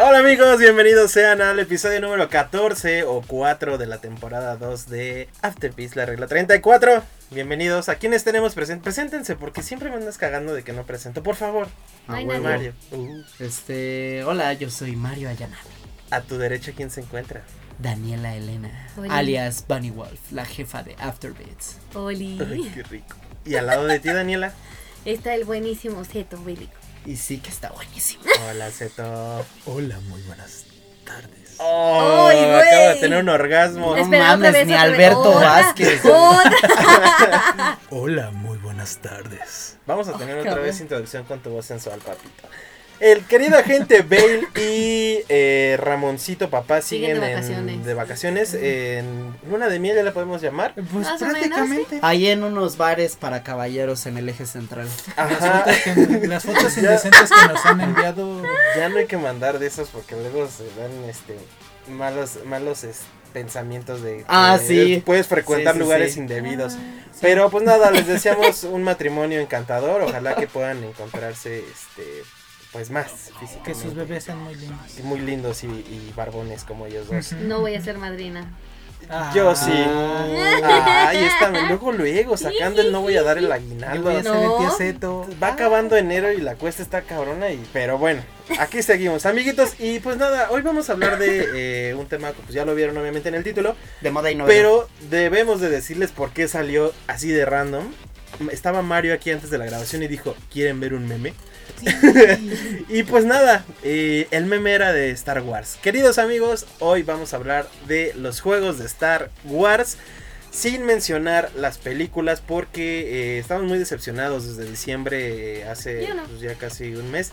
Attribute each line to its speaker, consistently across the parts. Speaker 1: Hola amigos, bienvenidos sean al episodio número 14 o 4 de la temporada 2 de After Peace, la regla 34. Bienvenidos. ¿A quienes tenemos presentes? Preséntense porque siempre me andas cagando de que no presento. Por favor.
Speaker 2: No hay
Speaker 1: Uy,
Speaker 2: nadie.
Speaker 1: Mario. Uh.
Speaker 3: Este, hola, yo soy Mario Ayanabe,
Speaker 1: A tu derecha, ¿quién se encuentra?
Speaker 3: Daniela Elena,
Speaker 2: Hola.
Speaker 3: alias Bunny Wolf, la jefa de Afterbeats.
Speaker 1: Ay,
Speaker 2: Oli.
Speaker 1: qué rico. Y al lado de ti, Daniela.
Speaker 2: Está el buenísimo Zeto bélico.
Speaker 3: Y sí que está buenísimo.
Speaker 1: Hola, Zeto.
Speaker 3: Hola, muy buenas tardes.
Speaker 1: Oh,
Speaker 2: Ay, güey.
Speaker 1: acabo de tener un orgasmo.
Speaker 3: No mames, ni
Speaker 2: otra
Speaker 3: Alberto
Speaker 2: Otra,
Speaker 3: Vázquez.
Speaker 2: otra.
Speaker 3: Hola, muy buenas tardes.
Speaker 1: Vamos a tener
Speaker 2: Ay,
Speaker 1: otra
Speaker 2: cabrón.
Speaker 1: vez introducción con tu voz sensual, papito. El querido agente Bale y eh, Ramoncito Papá siguen,
Speaker 2: Siguen de
Speaker 1: en-
Speaker 2: vacaciones.
Speaker 1: de vacaciones, en luna de miel, ya la podemos llamar.
Speaker 4: Pues
Speaker 2: Más o menos,
Speaker 4: prácticamente.
Speaker 3: Ahí en unos bares para caballeros en el eje central.
Speaker 1: Ajá.
Speaker 4: Las fotos que- las fotos
Speaker 1: Ya.
Speaker 4: indecentes que nos han enviado.
Speaker 1: Ya no hay que mandar de esos porque luego se dan este malos malos es- pensamientos de que
Speaker 3: Ah, sí.
Speaker 1: puedes frecuentar
Speaker 3: Sí, sí,
Speaker 1: lugares
Speaker 3: sí.
Speaker 1: indebidos. Pero pues nada, les deseamos un matrimonio encantador, ojalá que puedan encontrarse este pues más
Speaker 4: Que sus
Speaker 1: físicamente.
Speaker 4: bebés sean muy lindos.
Speaker 1: Muy lindos y, y barbones como ellos dos.
Speaker 2: No voy a ser madrina.
Speaker 4: Ah.
Speaker 1: Yo sí.
Speaker 3: Ah.
Speaker 1: Ay, está, luego luego sacando el no voy a dar el
Speaker 4: Yo
Speaker 1: aguinaldo.
Speaker 4: voy a ser el tío
Speaker 2: No.
Speaker 4: Zeto. Ah.
Speaker 1: Va acabando enero y la cuesta está cabrona y pero bueno, aquí seguimos, amiguitos, y pues nada, hoy vamos a hablar de eh, un tema que pues ya lo vieron obviamente en el título,
Speaker 3: De moda y novela.
Speaker 1: pero debemos de decirles por qué salió así de random. Estaba Mario aquí antes de la grabación y dijo, ¿quieren ver un meme? y pues nada, eh, el meme era de Star Wars. Queridos amigos, hoy vamos a hablar de los juegos de Star Wars. Sin mencionar las películas porque eh, estamos muy decepcionados desde diciembre, eh, hace
Speaker 2: Yo no.
Speaker 1: pues, ya casi un mes.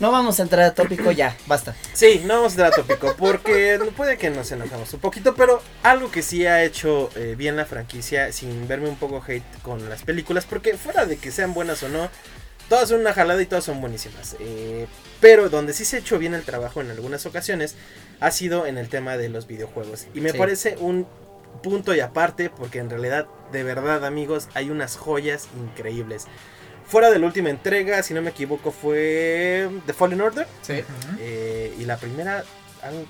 Speaker 3: No vamos a entrar a tópico ya, basta.
Speaker 1: Sí, no vamos a entrar a tópico porque no- puede que nos enojamos un poquito, pero algo que sí ha hecho eh, bien la franquicia, sin verme un poco hate con las películas, porque fuera de que sean buenas o no, todas son una jalada y todas son buenísimas. eh, pero donde sí se ha hecho bien el trabajo en algunas ocasiones ha sido en el tema de los videojuegos. Y me
Speaker 3: Sí.
Speaker 1: parece un punto y aparte porque en realidad, de verdad amigos, hay unas joyas increíbles. Fuera de la última entrega, si no me equivoco, fue The Fallen Order.
Speaker 3: Sí.
Speaker 4: Ujú.
Speaker 1: Eh, y la primera. al-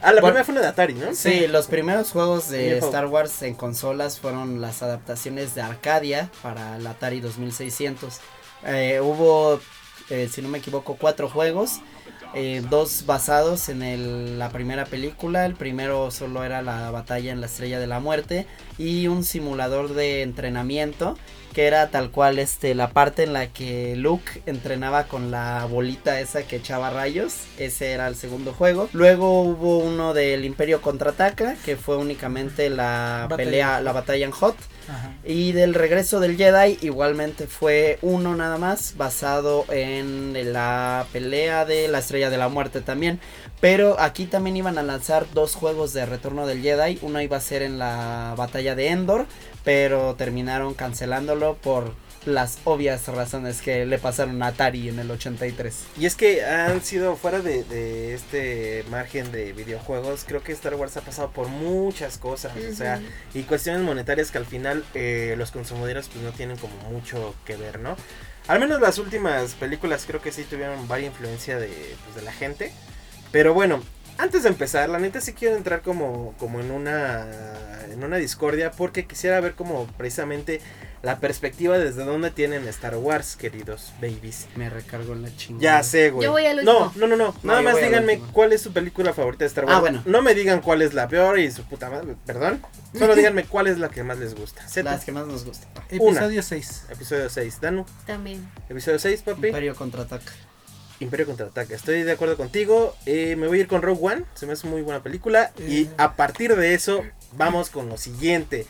Speaker 1: Ah, la
Speaker 3: Bueno.
Speaker 1: primera fue una de Atari, ¿no?
Speaker 3: Sí, los primeros juegos de
Speaker 1: Viejo.
Speaker 3: Star Wars en consolas fueron las adaptaciones de Arcadia para el Atari 2600. Eh, hubo, eh, si no me equivoco, cuatro juegos, eh, dos basados en el- la primera película. El primero solo era la batalla en la Estrella de la Muerte y un simulador de entrenamiento que era tal cual este la parte en la que Luke entrenaba con la bolita esa que echaba rayos, ese era el segundo juego. Luego hubo uno del Imperio contraataca, que fue únicamente la
Speaker 4: Batalla.
Speaker 3: pelea, la batalla en Hot,
Speaker 4: Ajá.
Speaker 3: y del regreso del Jedi igualmente fue uno nada más basado en la pelea de la Estrella de la Muerte también. Pero aquí también iban a lanzar dos juegos de Retorno del Jedi. Uno iba a ser en la batalla de Endor, pero terminaron cancelándolo por las obvias razones que le pasaron a Atari en el 83.
Speaker 1: Y es que han sido fuera de, de este margen de videojuegos. Creo que Star Wars ha pasado por muchas cosas. O sea,
Speaker 2: Ujú.
Speaker 1: y cuestiones monetarias que al final eh, los consumidores pues no tienen como mucho que ver, ¿no? Al menos las últimas películas creo que sí tuvieron varia influencia de, pues, de la gente. Pero bueno, antes de empezar, la neta sí quiero entrar como, como en, una, en una discordia porque quisiera ver como precisamente la perspectiva desde donde tienen Star Wars, queridos babies.
Speaker 3: Me recargo en la chingada.
Speaker 1: Ya sé, güey.
Speaker 2: Yo voy al
Speaker 1: No,
Speaker 2: último.
Speaker 1: no, no, no. Nada
Speaker 3: yo
Speaker 1: más
Speaker 3: voy al
Speaker 1: díganme
Speaker 3: último.
Speaker 1: cuál es su película favorita de Star Wars.
Speaker 3: Ah, bueno.
Speaker 1: No me digan cuál es la peor y su puta madre. Perdón. Solo díganme cuál es la que más les gusta. Z,
Speaker 3: Las que más nos gustan.
Speaker 4: Episodio 6.
Speaker 1: Episodio 6. Danu.
Speaker 2: También.
Speaker 1: Episodio 6, papi. Imperio,
Speaker 3: Imperio contraataca.
Speaker 1: contraataca. Estoy de acuerdo contigo. Eh, me voy a ir con Rogue One. Se me hace muy buena película. Y
Speaker 4: Eh.
Speaker 1: a partir de eso, vamos con lo siguiente.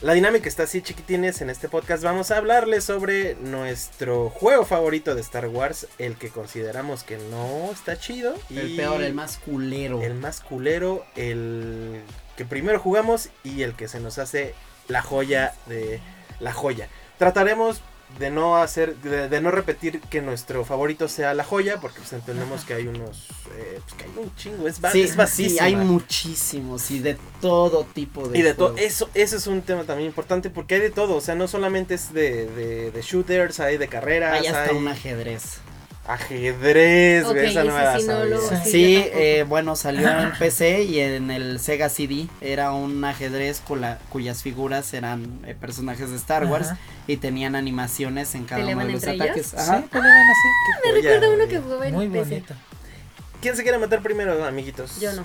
Speaker 1: La dinámica está así, chiquitines. En este podcast vamos a hablarles sobre nuestro juego favorito de Star Wars, el que consideramos que no está chido.
Speaker 3: El
Speaker 1: y-
Speaker 3: peor, el más culero.
Speaker 1: El más culero, el que primero jugamos y el que se nos hace la joya de la joya. Trataremos de no hacer, de, de no repetir que nuestro favorito sea la joya, porque pues entendemos que hay unos, eh, pues que hay un chingo, es, va-
Speaker 3: sí,
Speaker 1: es
Speaker 3: sí,
Speaker 1: vastísima.
Speaker 3: hay muchísimos y de todo tipo de
Speaker 1: Y de todo,
Speaker 3: juegos.
Speaker 1: eso, eso es un tema también importante porque hay de todo, o sea, no solamente es de, de, de shooters, hay de carreras,
Speaker 3: Hay hasta
Speaker 1: hay
Speaker 3: un ajedrez.
Speaker 1: ajedrez, güey,
Speaker 2: Ok,
Speaker 1: esa no me
Speaker 2: ese
Speaker 1: la
Speaker 2: sí no lo-
Speaker 1: sabía.
Speaker 2: Ah, Sí,
Speaker 3: Sí,
Speaker 2: yo tampoco.
Speaker 3: eh, bueno, salió en PC y en el Sega CD. Era un ajedrez cula- cuyas figuras eran eh, personajes de Star Wars
Speaker 4: Ajá.
Speaker 3: y tenían animaciones en cada uno
Speaker 2: ¿Peleaban
Speaker 3: de los
Speaker 2: entre
Speaker 3: ataques.
Speaker 4: Sí,
Speaker 3: Ajá.
Speaker 4: peleaban así.
Speaker 2: Ah, Me
Speaker 1: Joya,
Speaker 2: recuerda uno
Speaker 1: güey.
Speaker 2: que jugaba en
Speaker 4: Muy
Speaker 2: PC.
Speaker 4: bonito.
Speaker 1: ¿Quién se quiere matar primero, amiguitos?
Speaker 2: Yo no.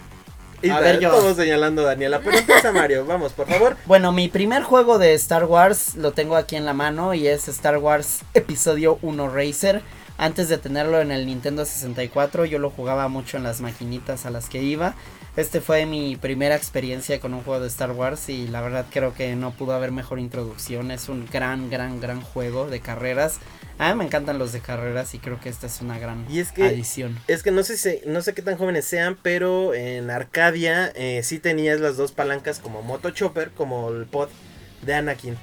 Speaker 1: Y
Speaker 3: A
Speaker 1: da-
Speaker 3: ver, yo.
Speaker 1: todos señalando a Daniela, pero empieza Mario, vamos, por favor.
Speaker 3: Bueno, mi primer juego de Star Wars lo tengo aquí en la mano y es Star Wars Episodio 1 Racer. Antes de tenerlo en el Nintendo 64, yo lo jugaba mucho en las maquinitas a las que iba. Este fue mi primera experiencia con un juego de Star Wars y la verdad creo que no pudo haber mejor introducción. Es un gran, gran, gran juego de carreras. A mí me encantan los de carreras y creo que esta es una gran
Speaker 1: Y es que-
Speaker 3: adición.
Speaker 1: Es que no sé si, no sé qué tan jóvenes sean, pero en Arcadia eh, sí tenías las dos palancas como Moto Chopper, como el pod de Anakin.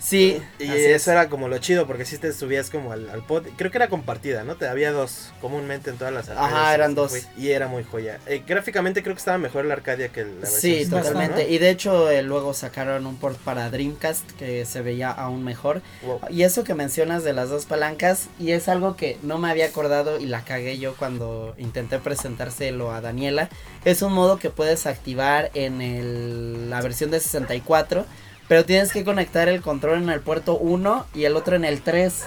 Speaker 3: Sí,
Speaker 1: Y
Speaker 3: así
Speaker 1: eso
Speaker 3: es.
Speaker 1: era como lo chido, porque si te subías como al, al pod. Creo que era compartida, ¿no? Te había dos comúnmente en todas las
Speaker 3: Ajá,
Speaker 1: arcadias.
Speaker 3: eran
Speaker 1: Este
Speaker 3: dos.
Speaker 1: fue- Y era muy joya. Eh, gráficamente creo que estaba mejor la Arcadia que la versión
Speaker 3: Sí,
Speaker 1: Super,
Speaker 3: totalmente.
Speaker 1: ¿no?
Speaker 3: Y de hecho eh, luego sacaron un port para Dreamcast que se veía aún mejor.
Speaker 1: Wow.
Speaker 3: Y eso que mencionas de las dos palancas, y es algo que no me había acordado y la cagué yo cuando intenté presentárselo a Daniela, es un modo que puedes activar en el- la versión de 64, pero tienes que conectar el control en el puerto 1 y el otro en el 3.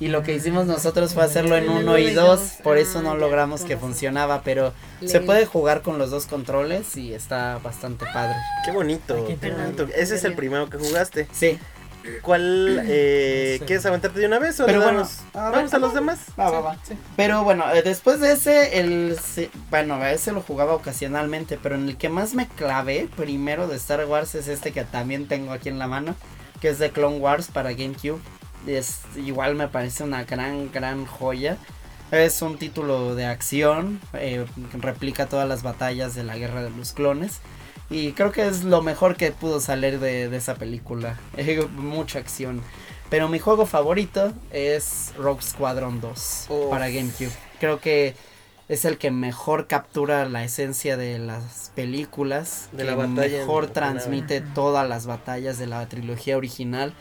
Speaker 3: Y lo que hicimos nosotros
Speaker 2: Ah,
Speaker 3: fue hacerlo en
Speaker 2: En el
Speaker 3: 1 y
Speaker 2: uno y
Speaker 3: 2,
Speaker 2: dos.
Speaker 3: por
Speaker 2: Ah,
Speaker 3: eso no
Speaker 2: ya,
Speaker 3: logramos
Speaker 2: con
Speaker 3: que
Speaker 2: razón.
Speaker 3: funcionaba, pero se
Speaker 2: Ley.
Speaker 3: puede jugar con los dos controles y está bastante padre.
Speaker 1: Qué bonito.
Speaker 4: Ay, qué
Speaker 1: qué
Speaker 4: padre.
Speaker 1: bonito. Ese es el primero que jugaste.
Speaker 3: Sí.
Speaker 1: ¿Cuál eh,
Speaker 4: Sí.
Speaker 1: quieres aventarte de una vez o
Speaker 3: Pero
Speaker 1: le
Speaker 3: bueno,
Speaker 1: damos-
Speaker 3: a ver,
Speaker 1: vamos a los demás?
Speaker 3: Va, va, va. Pero bueno, eh, después de ese, el, se- bueno, a ese lo jugaba ocasionalmente, pero en el que más me clavé primero de Star Wars es este que también tengo aquí en la mano, que es de Clone Wars para GameCube. Es, igual me parece una gran, gran joya. Es un título de acción, eh, replica todas las batallas de la Guerra de los Clones. Y creo que es lo mejor que pudo salir de, de esa película. Eh, mucha acción. Pero mi juego favorito es Rogue Squadron 2
Speaker 1: Uf.
Speaker 3: para GameCube. Creo que es el que mejor captura la esencia de las películas,
Speaker 1: De
Speaker 3: que
Speaker 1: la batalla en
Speaker 3: mejor
Speaker 1: general.
Speaker 3: transmite todas las batallas de la trilogía original.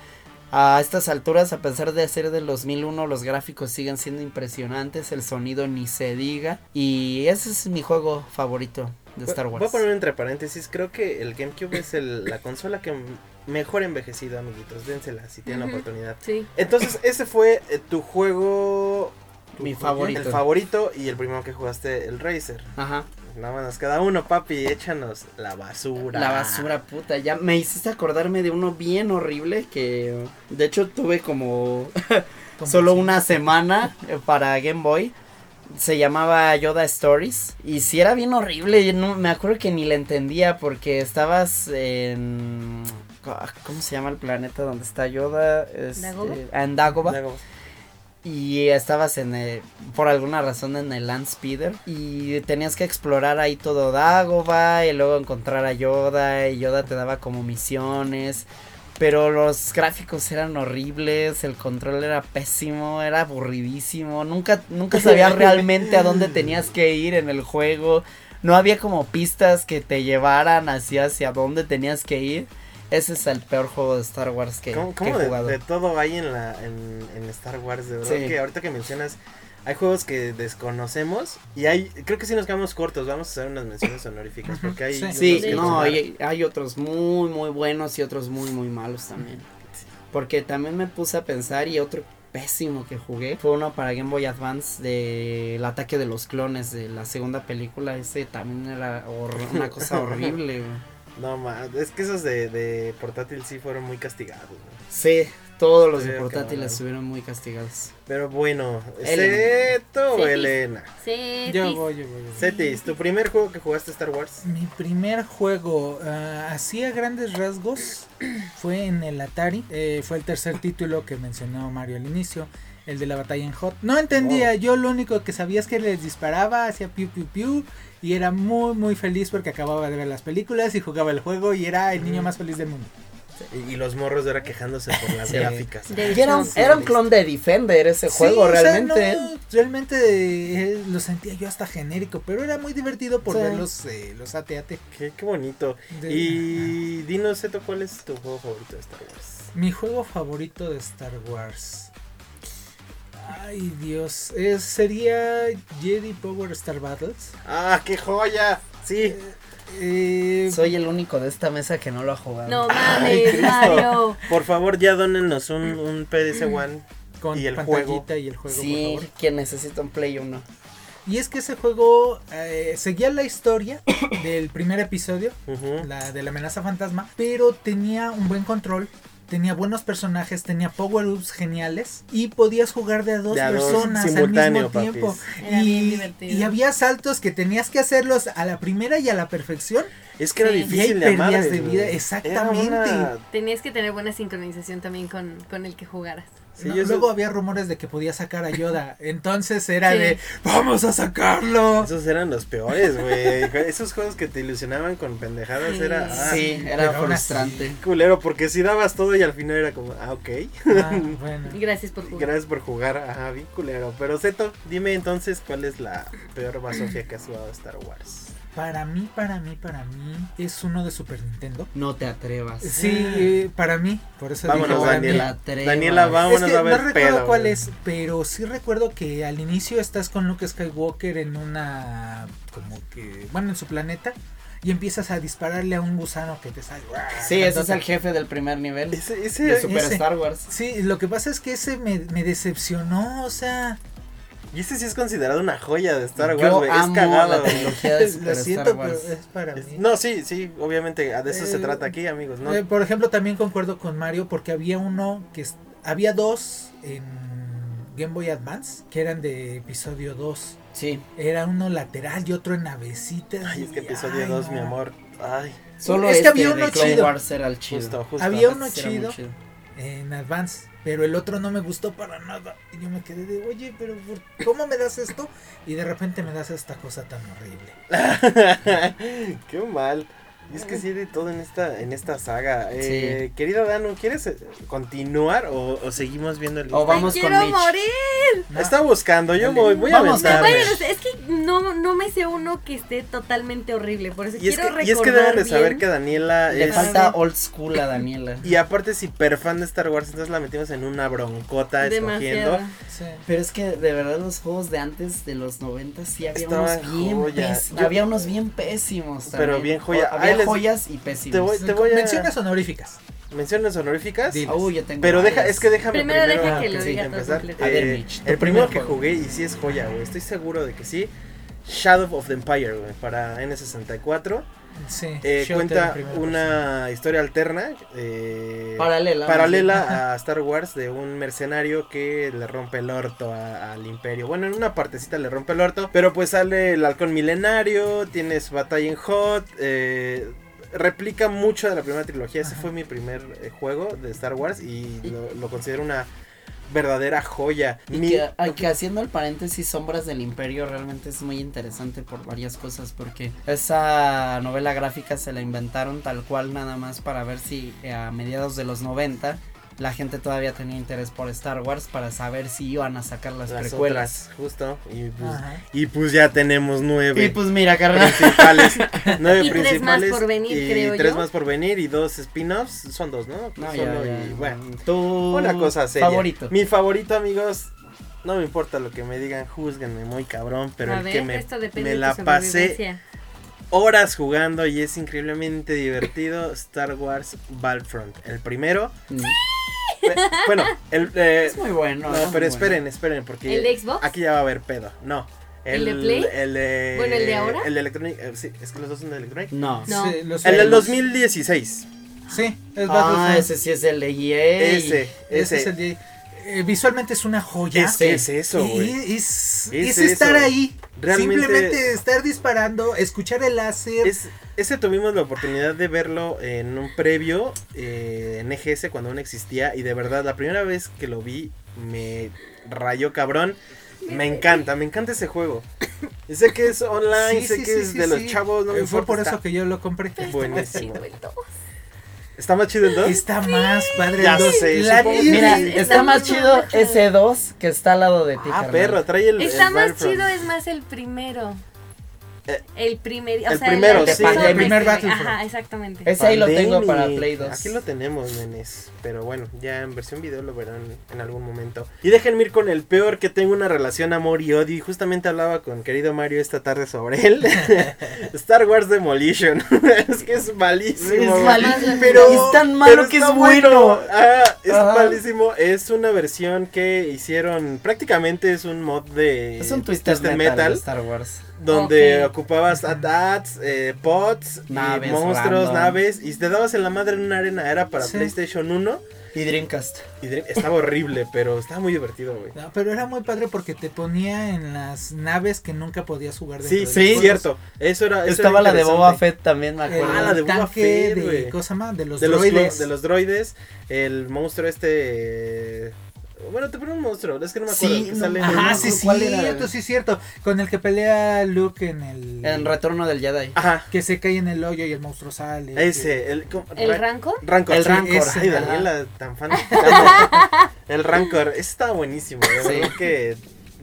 Speaker 3: A estas alturas, a pesar de ser del 2001, los gráficos siguen siendo impresionantes, el sonido ni se diga. Y ese es mi juego favorito de Star Wars.
Speaker 1: Voy a poner entre paréntesis, creo que el GameCube es el- la consola que m- mejor envejecido, amiguitos. Dénsela si tienen la
Speaker 2: Ujú.
Speaker 1: oportunidad.
Speaker 2: Sí.
Speaker 1: Entonces, ese fue eh, tu juego. tu
Speaker 3: Mi
Speaker 1: joya,
Speaker 3: favorito.
Speaker 1: El favorito y el primero que jugaste, el Racer.
Speaker 3: Ajá.
Speaker 1: Nada más nos queda uno, papi. Échanos la basura.
Speaker 3: La basura puta, ya me hiciste acordarme de uno bien horrible que de hecho tuve como
Speaker 4: Como
Speaker 3: solo
Speaker 4: si-
Speaker 3: una semana eh, para Game Boy. Se llamaba Yoda Stories. Y si era bien horrible. yo no, me acuerdo que ni la entendía porque estabas en. ah, ¿Cómo se llama el planeta donde está Yoda? Este,
Speaker 2: ¿Dagobah?
Speaker 3: ah, En Dagobah.
Speaker 1: Luego,
Speaker 3: Y estabas en el- por alguna razón en el Land Speeder. Y tenías que explorar ahí todo Dagobah. Y luego encontrar a Yoda. Y Yoda te daba como misiones. Pero los gráficos eran horribles. El control era pésimo. Era aburridísimo. Nunca, nunca sabías realmente a dónde tenías que ir en el juego. No había como pistas que te llevaran hacia, hacia dónde tenías que ir. Ese es el peor juego de Star Wars que,
Speaker 1: ¿Cómo,
Speaker 3: que
Speaker 1: cómo
Speaker 3: he
Speaker 1: de,
Speaker 3: jugado.
Speaker 1: de todo hay en, la, en, en Star Wars? De verdad
Speaker 3: Sí.
Speaker 1: que ahorita que mencionas, hay juegos que desconocemos y hay, creo que sí nos quedamos cortos. Vamos a hacer unas menciones honoríficas
Speaker 4: Ujú,
Speaker 1: porque hay.
Speaker 4: sí.
Speaker 1: unos
Speaker 3: Sí,
Speaker 1: que
Speaker 3: no,
Speaker 1: mencionar.
Speaker 3: y hay otros muy, muy buenos y otros muy, muy malos también. Porque también me puse a pensar y otro pésimo que jugué fue uno para Game Boy Advance de El ataque de los clones de la segunda película. Ese también era hor- una cosa horrible. güey.
Speaker 1: No, ma, es que esos de, de portátil sí fueron muy castigados. ¿no?
Speaker 3: Sí, todos los de
Speaker 1: Sí, cabrón.
Speaker 3: portátiles estuvieron muy castigados.
Speaker 1: Pero bueno,
Speaker 3: Elena.
Speaker 1: Seto o
Speaker 2: Cetis.
Speaker 1: Elena.
Speaker 2: Cetis.
Speaker 4: Yo voy, yo voy. yo voy.
Speaker 1: Cetis, ¿tu primer juego que jugaste Star Wars?
Speaker 4: Mi primer juego, ah, así a grandes rasgos, fue en el Atari. Eh, fue el tercer título que mencionó Mario al inicio, el de la batalla en Hot. No entendía, yo lo único que sabía es que les disparaba, hacía piu piu piu. Y
Speaker 3: Mm.
Speaker 4: era muy, muy feliz porque acababa de ver las películas y jugaba el juego y era el niño más feliz del mundo.
Speaker 1: Y, y los morros de ahora quejándose por las
Speaker 3: Sí.
Speaker 1: gráficas.
Speaker 2: De-
Speaker 3: Y era un, era un clon de Defender ese
Speaker 4: Sí,
Speaker 3: juego,
Speaker 4: o sea,
Speaker 3: realmente.
Speaker 4: no, realmente eh, lo sentía yo hasta genérico, pero era muy divertido por
Speaker 3: Sí.
Speaker 4: ver los, eh, los AT-AT.
Speaker 1: Qué, qué bonito.
Speaker 4: De-
Speaker 1: Y dinos, Seto, ¿cuál es tu juego favorito de Star Wars?
Speaker 4: Mi juego favorito de Star Wars. Ay Dios, es- sería Jedi Power Star Battles.
Speaker 1: ¡Ah, qué joya! Sí,
Speaker 4: Eh,
Speaker 3: Soy el único de esta mesa que no lo ha jugado.
Speaker 2: No
Speaker 1: Ay,
Speaker 2: mames,
Speaker 1: Cristo.
Speaker 2: Mario.
Speaker 1: por favor, ya dónennos un, un PDC
Speaker 4: Mm.
Speaker 1: One.
Speaker 4: con
Speaker 1: y el
Speaker 4: pantallita
Speaker 1: juego.
Speaker 4: y el juego,
Speaker 3: sí,
Speaker 4: por favor.
Speaker 3: quien necesita un Play 1.
Speaker 4: Y es que ese juego eh, seguía la historia del primer episodio,
Speaker 1: Ujú.
Speaker 4: la de la amenaza fantasma, pero tenía un buen control. Tenía buenos personajes, tenía power-ups geniales y podías jugar de a dos
Speaker 1: De a dos,
Speaker 4: personas al
Speaker 1: simultáneo,
Speaker 4: mismo
Speaker 1: papis.
Speaker 4: tiempo.
Speaker 2: Era bien
Speaker 4: Y,
Speaker 2: divertido.
Speaker 4: y había saltos que tenías que hacerlos a la primera y a la perfección.
Speaker 1: Es que era
Speaker 2: Sí.
Speaker 4: Y ahí
Speaker 1: difícil de
Speaker 4: perdías
Speaker 1: amar.
Speaker 4: de vida, exactamente.
Speaker 2: Tenías que tener buena sincronización también con, con el que jugaras.
Speaker 1: Sí,
Speaker 4: No,
Speaker 1: eso-
Speaker 4: Luego había rumores de que podía sacar a Yoda. Entonces era
Speaker 2: Sí.
Speaker 4: de, vamos a sacarlo.
Speaker 1: Esos eran los peores, güey. Esos juegos que te ilusionaban con pendejadas
Speaker 2: Sí.
Speaker 1: era. ah,
Speaker 3: sí,
Speaker 4: pero
Speaker 3: era
Speaker 4: aún
Speaker 3: frustrante.
Speaker 1: qué culero, porque si dabas todo y al final era como, ah, ok.
Speaker 4: Ah, bueno.
Speaker 2: Gracias por jugar.
Speaker 1: Gracias por jugar, ajá, bien culero. Pero Zeto, dime entonces cuál es la peor basofia que has jugado a Star Wars.
Speaker 4: Para mí, para mí, para mí, es uno de Super Nintendo.
Speaker 3: No te atrevas.
Speaker 4: Sí, eh, para mí, por eso digo
Speaker 1: Vámonos,
Speaker 3: No
Speaker 4: para mí.
Speaker 1: Daniela.
Speaker 3: te atrevas.
Speaker 1: Daniela, vamos.
Speaker 4: Es que
Speaker 1: Vámonos a ver
Speaker 4: no recuerdo
Speaker 1: pedo,
Speaker 4: cuál
Speaker 1: güey.
Speaker 4: es, pero sí recuerdo que al inicio estás con Luke Skywalker en una. como que. bueno, en su planeta. Y empiezas a dispararle a un gusano que te sale.
Speaker 3: Sí, ese es el jefe del primer nivel
Speaker 1: Ese,
Speaker 3: de
Speaker 1: ese,
Speaker 3: Super
Speaker 4: ese.
Speaker 3: Star Wars.
Speaker 4: Sí, lo que pasa es que ese me, me decepcionó, o sea,
Speaker 1: y este sí es considerado una joya de Star Wars,
Speaker 3: Yo
Speaker 1: güey. Es
Speaker 3: amo
Speaker 1: cagado.
Speaker 3: la trilogía de Super
Speaker 4: lo
Speaker 3: Star
Speaker 4: siento, pero
Speaker 3: Wars.
Speaker 4: es para mí.
Speaker 1: No, sí, sí, obviamente, de eso se
Speaker 4: Eh,
Speaker 1: trata aquí, amigos, ¿no?
Speaker 4: Eh, por ejemplo, también concuerdo con Mario porque había uno que es- había dos en Game Boy Advance que eran de episodio 2.
Speaker 3: Sí,
Speaker 4: Era uno lateral y otro en navecitas.
Speaker 1: Ay, es que
Speaker 4: y-
Speaker 1: episodio
Speaker 4: ay,
Speaker 1: 2,
Speaker 4: no.
Speaker 1: mi amor. Ay,
Speaker 3: solo
Speaker 4: Es que
Speaker 3: este
Speaker 4: había uno
Speaker 3: de Clone
Speaker 4: chido.
Speaker 3: Wars era el chido.
Speaker 1: justo, justo.
Speaker 4: Había uno
Speaker 3: Ese era muy
Speaker 4: chido en Advance, pero el otro no me gustó para nada. Y yo me quedé de, oye, pero ¿por- ¿cómo me das esto? Y de repente me das esta cosa tan horrible.
Speaker 1: Qué mal. Y es que sí hay de todo en esta, en esta saga. Eh, Querida Danu, ¿quieres eh, continuar o, o seguimos viendo el
Speaker 3: O vamos
Speaker 2: Ay,
Speaker 3: con
Speaker 2: quiero
Speaker 3: Mitch.
Speaker 2: morir.
Speaker 4: No,
Speaker 1: Está buscando, yo
Speaker 3: Dale.
Speaker 1: voy, voy a
Speaker 3: Vamos,
Speaker 2: No,
Speaker 1: aventarme.
Speaker 2: bueno, es- es que no, no me sé uno que esté totalmente horrible. Por eso
Speaker 1: Y es,
Speaker 2: quiero
Speaker 1: que,
Speaker 2: recordar
Speaker 1: y es que deben de saber
Speaker 2: bien.
Speaker 1: que Daniela
Speaker 3: Le
Speaker 1: es...
Speaker 3: falta old school a Daniela.
Speaker 1: Y aparte es hiperfan de Star Wars, entonces la metimos en una broncota
Speaker 2: Demasiado.
Speaker 1: escogiendo.
Speaker 4: sí.
Speaker 3: Pero es que de verdad los juegos de antes de los 90 sí había
Speaker 1: Estaban
Speaker 3: unos bien
Speaker 1: joya.
Speaker 3: pésimos.
Speaker 1: Yo-
Speaker 3: Había unos bien pésimos
Speaker 1: Pero
Speaker 3: también.
Speaker 1: bien joya.
Speaker 3: O- había
Speaker 1: Ahí les-
Speaker 3: joyas y
Speaker 1: Te voy,
Speaker 3: pésimos.
Speaker 1: te voy a...
Speaker 4: Menciones honoríficas.
Speaker 1: Menciones honoríficas.
Speaker 4: Dile.
Speaker 3: Uy, yo tengo
Speaker 1: Pero deja,
Speaker 3: varias.
Speaker 1: es que déjame
Speaker 2: Primero
Speaker 1: primero,
Speaker 2: deja
Speaker 3: que lo
Speaker 1: sí,
Speaker 2: diga todo
Speaker 1: empezar.
Speaker 2: completo.
Speaker 1: Eh,
Speaker 3: A ver, Mitch, tu
Speaker 1: el primero
Speaker 3: primer
Speaker 1: que
Speaker 3: juego.
Speaker 1: jugué y sí es joya, güey. Estoy seguro de que sí. Shadow of the Empire, güey, para N64.
Speaker 4: Sí,
Speaker 1: Eh,
Speaker 4: Shooter en
Speaker 1: cuenta
Speaker 4: primera persona.
Speaker 1: una historia alterna, eh,
Speaker 3: Paralela.
Speaker 1: paralela a Star Wars, de un mercenario que le rompe el orto a- al imperio. Bueno, en una partecita le rompe el orto, pero pues sale el halcón milenario, tienes batalla en Hot, eh, replica mucho de la primera trilogía. Ese
Speaker 4: Ajá.
Speaker 1: fue mi primer eh, juego de Star Wars y lo, lo considero una verdadera joya.
Speaker 3: Y
Speaker 1: Mi-
Speaker 3: que, a- que haciendo el paréntesis Sombras del Imperio realmente es muy interesante por varias cosas porque esa novela gráfica se la inventaron tal cual nada más para ver si eh, a mediados de los 90 la gente todavía tenía interés por Star Wars para saber si iban a sacar las,
Speaker 1: las
Speaker 3: precuelas.
Speaker 1: otras, justo. Y pues,
Speaker 4: Ajá.
Speaker 1: y pues ya tenemos nueve.
Speaker 3: Y pues mira, carnal.
Speaker 1: principales. nueve
Speaker 2: Y tres
Speaker 1: principales.
Speaker 2: más por venir,
Speaker 1: y
Speaker 2: creo
Speaker 1: tres
Speaker 2: yo.
Speaker 1: más por venir y dos spin-offs. Son dos, ¿no? Pues
Speaker 3: No, ya,
Speaker 1: Solo
Speaker 3: ya,
Speaker 1: y,
Speaker 3: ya.
Speaker 1: bueno,
Speaker 3: Tu
Speaker 1: una cosa seria.
Speaker 3: Favorito.
Speaker 1: Mi favorito, amigos. No me importa lo que me digan, juzguenme muy cabrón, pero
Speaker 2: A
Speaker 1: el
Speaker 2: ver,
Speaker 1: que me,
Speaker 2: esto depende
Speaker 1: me
Speaker 2: de tu
Speaker 1: la pasé
Speaker 2: sobrevivencia.
Speaker 1: horas jugando y es increíblemente divertido, Star Wars Battlefront. El primero, pe- bueno, el... eh,
Speaker 3: Es muy bueno.
Speaker 1: no,
Speaker 3: es
Speaker 1: pero
Speaker 3: muy bueno.
Speaker 1: esperen, esperen, porque
Speaker 2: ¿El de Xbox?
Speaker 1: aquí ya va a haber pedo, no.
Speaker 2: ¿El de Play?
Speaker 1: El de...
Speaker 2: Bueno, ¿el de ahora?
Speaker 1: El de Electronic, eh, sí, es que los dos son de Electronic.
Speaker 3: No.
Speaker 2: No.
Speaker 4: Sí, los
Speaker 1: El del
Speaker 4: juegos.
Speaker 1: 2016.
Speaker 4: Sí, es
Speaker 3: Ah,
Speaker 4: Battlefront.
Speaker 3: ese sí es el de E EA.
Speaker 1: Ese,
Speaker 4: Ese
Speaker 1: ese.
Speaker 4: es el de- eh, visualmente es una joya.
Speaker 1: Es- es eso,
Speaker 4: Y-
Speaker 1: güey.
Speaker 4: y- Es,
Speaker 1: Es
Speaker 4: es estar
Speaker 1: eso.
Speaker 4: ahí.
Speaker 1: Realmente-
Speaker 4: Simplemente estar disparando, escuchar el láser.
Speaker 1: Es- ese tuvimos la oportunidad de verlo en un previo eh, en EGS cuando aún existía. Y de verdad, la primera vez que lo vi me rayó cabrón. Me encanta, me encanta ese juego. Sé que es online,
Speaker 4: Sí,
Speaker 1: sé
Speaker 4: sí,
Speaker 1: que
Speaker 4: sí,
Speaker 1: es
Speaker 4: sí,
Speaker 1: de los
Speaker 4: sí.
Speaker 1: chavos, no me
Speaker 4: Eh, Fue
Speaker 1: importa,
Speaker 4: por eso
Speaker 1: está
Speaker 4: que yo lo compré.
Speaker 1: Buenísimo.
Speaker 2: Chido el dos.
Speaker 1: ¿Está más chido el 2?
Speaker 4: Está más padre
Speaker 1: Ya
Speaker 4: el 2.
Speaker 1: sé,
Speaker 4: La
Speaker 1: supongo.
Speaker 4: Disney-
Speaker 3: Mira,
Speaker 2: está
Speaker 3: está, más
Speaker 2: mucho
Speaker 3: chido
Speaker 2: más chido.
Speaker 3: ese 2 que está al lado de ti.
Speaker 1: Ah,
Speaker 3: carnal.
Speaker 1: perro, trae el.
Speaker 2: Está
Speaker 1: el
Speaker 2: más
Speaker 1: Battlefront.
Speaker 2: chido, es más el primero.
Speaker 1: Eh,
Speaker 2: El primer, o
Speaker 1: el
Speaker 2: sea,
Speaker 1: primero,
Speaker 2: el
Speaker 3: sí. El
Speaker 2: episodio
Speaker 4: primer
Speaker 2: que-
Speaker 4: Battlefront.
Speaker 2: Ajá, exactamente.
Speaker 3: Ese Pues ahí lo tengo
Speaker 1: Pandemic.
Speaker 3: para Play 2.
Speaker 1: Aquí lo tenemos, nenes. Pero bueno, ya en versión video lo verán en algún momento. Y déjenme ir con el peor que tengo una relación amor y odio. Y justamente hablaba con querido Mario esta tarde sobre él. Star Wars Demolition. es que es malísimo.
Speaker 3: Es
Speaker 1: güey.
Speaker 3: malísimo,
Speaker 1: Pero-
Speaker 3: es tan malo
Speaker 1: pero
Speaker 3: que
Speaker 1: está
Speaker 3: es bueno.
Speaker 1: Ah, es
Speaker 3: Ajá.
Speaker 1: malísimo. Es una versión que hicieron. Prácticamente es un mod de.
Speaker 3: Es un twister
Speaker 1: Twisted
Speaker 3: metal, de Star Wars.
Speaker 1: donde
Speaker 2: Ok.
Speaker 1: ocupabas ads, bots, y
Speaker 3: Naves
Speaker 1: monstruos,
Speaker 3: random.
Speaker 1: naves y te dabas en la madre en una arena. Era para
Speaker 4: Sí.
Speaker 1: PlayStation 1
Speaker 3: Y Dreamcast.
Speaker 1: y de- estaba horrible, pero estaba muy divertido, güey.
Speaker 4: No, pero era muy padre porque te ponía en las naves que nunca podías jugar. dentro
Speaker 1: Sí,
Speaker 4: de
Speaker 1: sí,
Speaker 4: los juegos.
Speaker 1: cierto. Eso era. eso
Speaker 3: Estaba
Speaker 1: era
Speaker 3: la de Boba
Speaker 1: interesante.
Speaker 3: Fett también, me acuerdo.
Speaker 1: Ah, la de
Speaker 4: El
Speaker 1: Boba
Speaker 4: tanque
Speaker 1: Fett, güey.
Speaker 4: de, ¿cómo se llama? De los
Speaker 1: De los,
Speaker 4: droides.
Speaker 1: clo- de los droides, el monstruo este. eh, Bueno, te pone un monstruo, es que no me acuerdo.
Speaker 3: Sí,
Speaker 1: que
Speaker 3: no,
Speaker 1: sale-
Speaker 4: Ajá, sí,
Speaker 3: ¿Cuál era?
Speaker 4: cierto, sí, cierto. Con el que pelea Luke en el...
Speaker 3: En Retorno del Jedi.
Speaker 2: Ah,
Speaker 1: Ajá,
Speaker 4: Que se cae en el hoyo y el monstruo sale.
Speaker 1: ese. El, ¿cómo?
Speaker 2: ¿El
Speaker 1: Ra-
Speaker 2: Rancor?
Speaker 1: Rancor.
Speaker 3: El
Speaker 1: sí,
Speaker 3: Rancor,
Speaker 1: ese,
Speaker 3: ajá.
Speaker 1: Daniela, tan fan. tan- el Rancor. Ese estaba buenísimo. de
Speaker 3: Sí.
Speaker 1: verdad que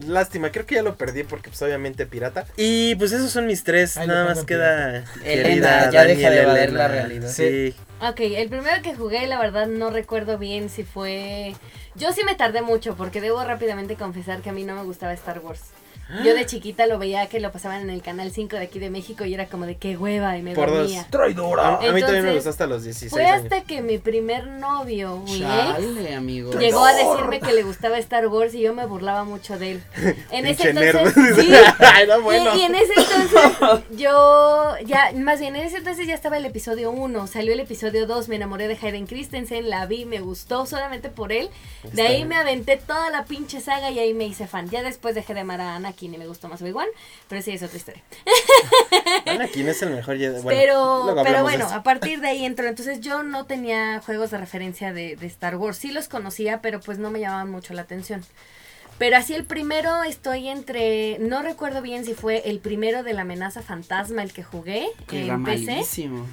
Speaker 1: lástima. Creo que ya lo perdí porque pues obviamente pirata. Y pues esos son mis tres.
Speaker 4: Ahí lo
Speaker 1: Nada
Speaker 4: pongo
Speaker 1: más
Speaker 4: en
Speaker 1: queda.
Speaker 3: Elena,
Speaker 1: querida
Speaker 3: ya deja de
Speaker 1: Daniela
Speaker 3: evadir la
Speaker 1: Elena.
Speaker 3: realidad.
Speaker 1: Sí.
Speaker 2: Ok, el primero que jugué, la verdad no recuerdo bien si fue... Yo sí me tardé mucho porque debo rápidamente confesar que a mí no me gustaba Star Wars. Yo de chiquita lo veía que lo pasaban en el Canal 5 de aquí de México y era como de qué hueva y me
Speaker 1: Por dos.
Speaker 2: dormía.
Speaker 1: A, a
Speaker 4: ¡Traidora!
Speaker 1: mí también me
Speaker 2: Entonces,
Speaker 1: gustó hasta los 16
Speaker 2: Fue
Speaker 1: años.
Speaker 2: hasta que mi primer novio, mi ex,
Speaker 3: Chale, amigo.
Speaker 2: Llegó a decirme que le gustaba Star Wars y yo me burlaba mucho de él. En ese
Speaker 1: Pinche nerd.
Speaker 2: entonces, sí,
Speaker 1: Ay, no,
Speaker 2: y-
Speaker 1: bueno.
Speaker 2: Y, en ese entonces yo ya, más bien en ese entonces ya estaba el episodio 1, salió el episodio 2, me enamoré de Hayden Christensen, la vi, me gustó solamente por él. De
Speaker 1: Está
Speaker 2: ahí
Speaker 1: bien.
Speaker 2: me aventé toda la pinche saga y ahí me hice fan. Ya después dejé de amar a Anakin y me gustó más Obi-Wan, pero sí es otra historia.
Speaker 1: Anakin es el mejor Jedi. Bueno, luego
Speaker 2: pero,
Speaker 1: hablamos de
Speaker 2: pero bueno,
Speaker 1: esto.
Speaker 2: a partir de ahí entró. Entonces yo no tenía juegos de referencia de, de Star Wars. Sí los conocía, pero pues no me llamaban mucho la atención. Pero así el primero estoy entre. No recuerdo bien si fue el primero de la amenaza fantasma el que jugué
Speaker 3: Que era
Speaker 2: en PC.
Speaker 3: malísimo.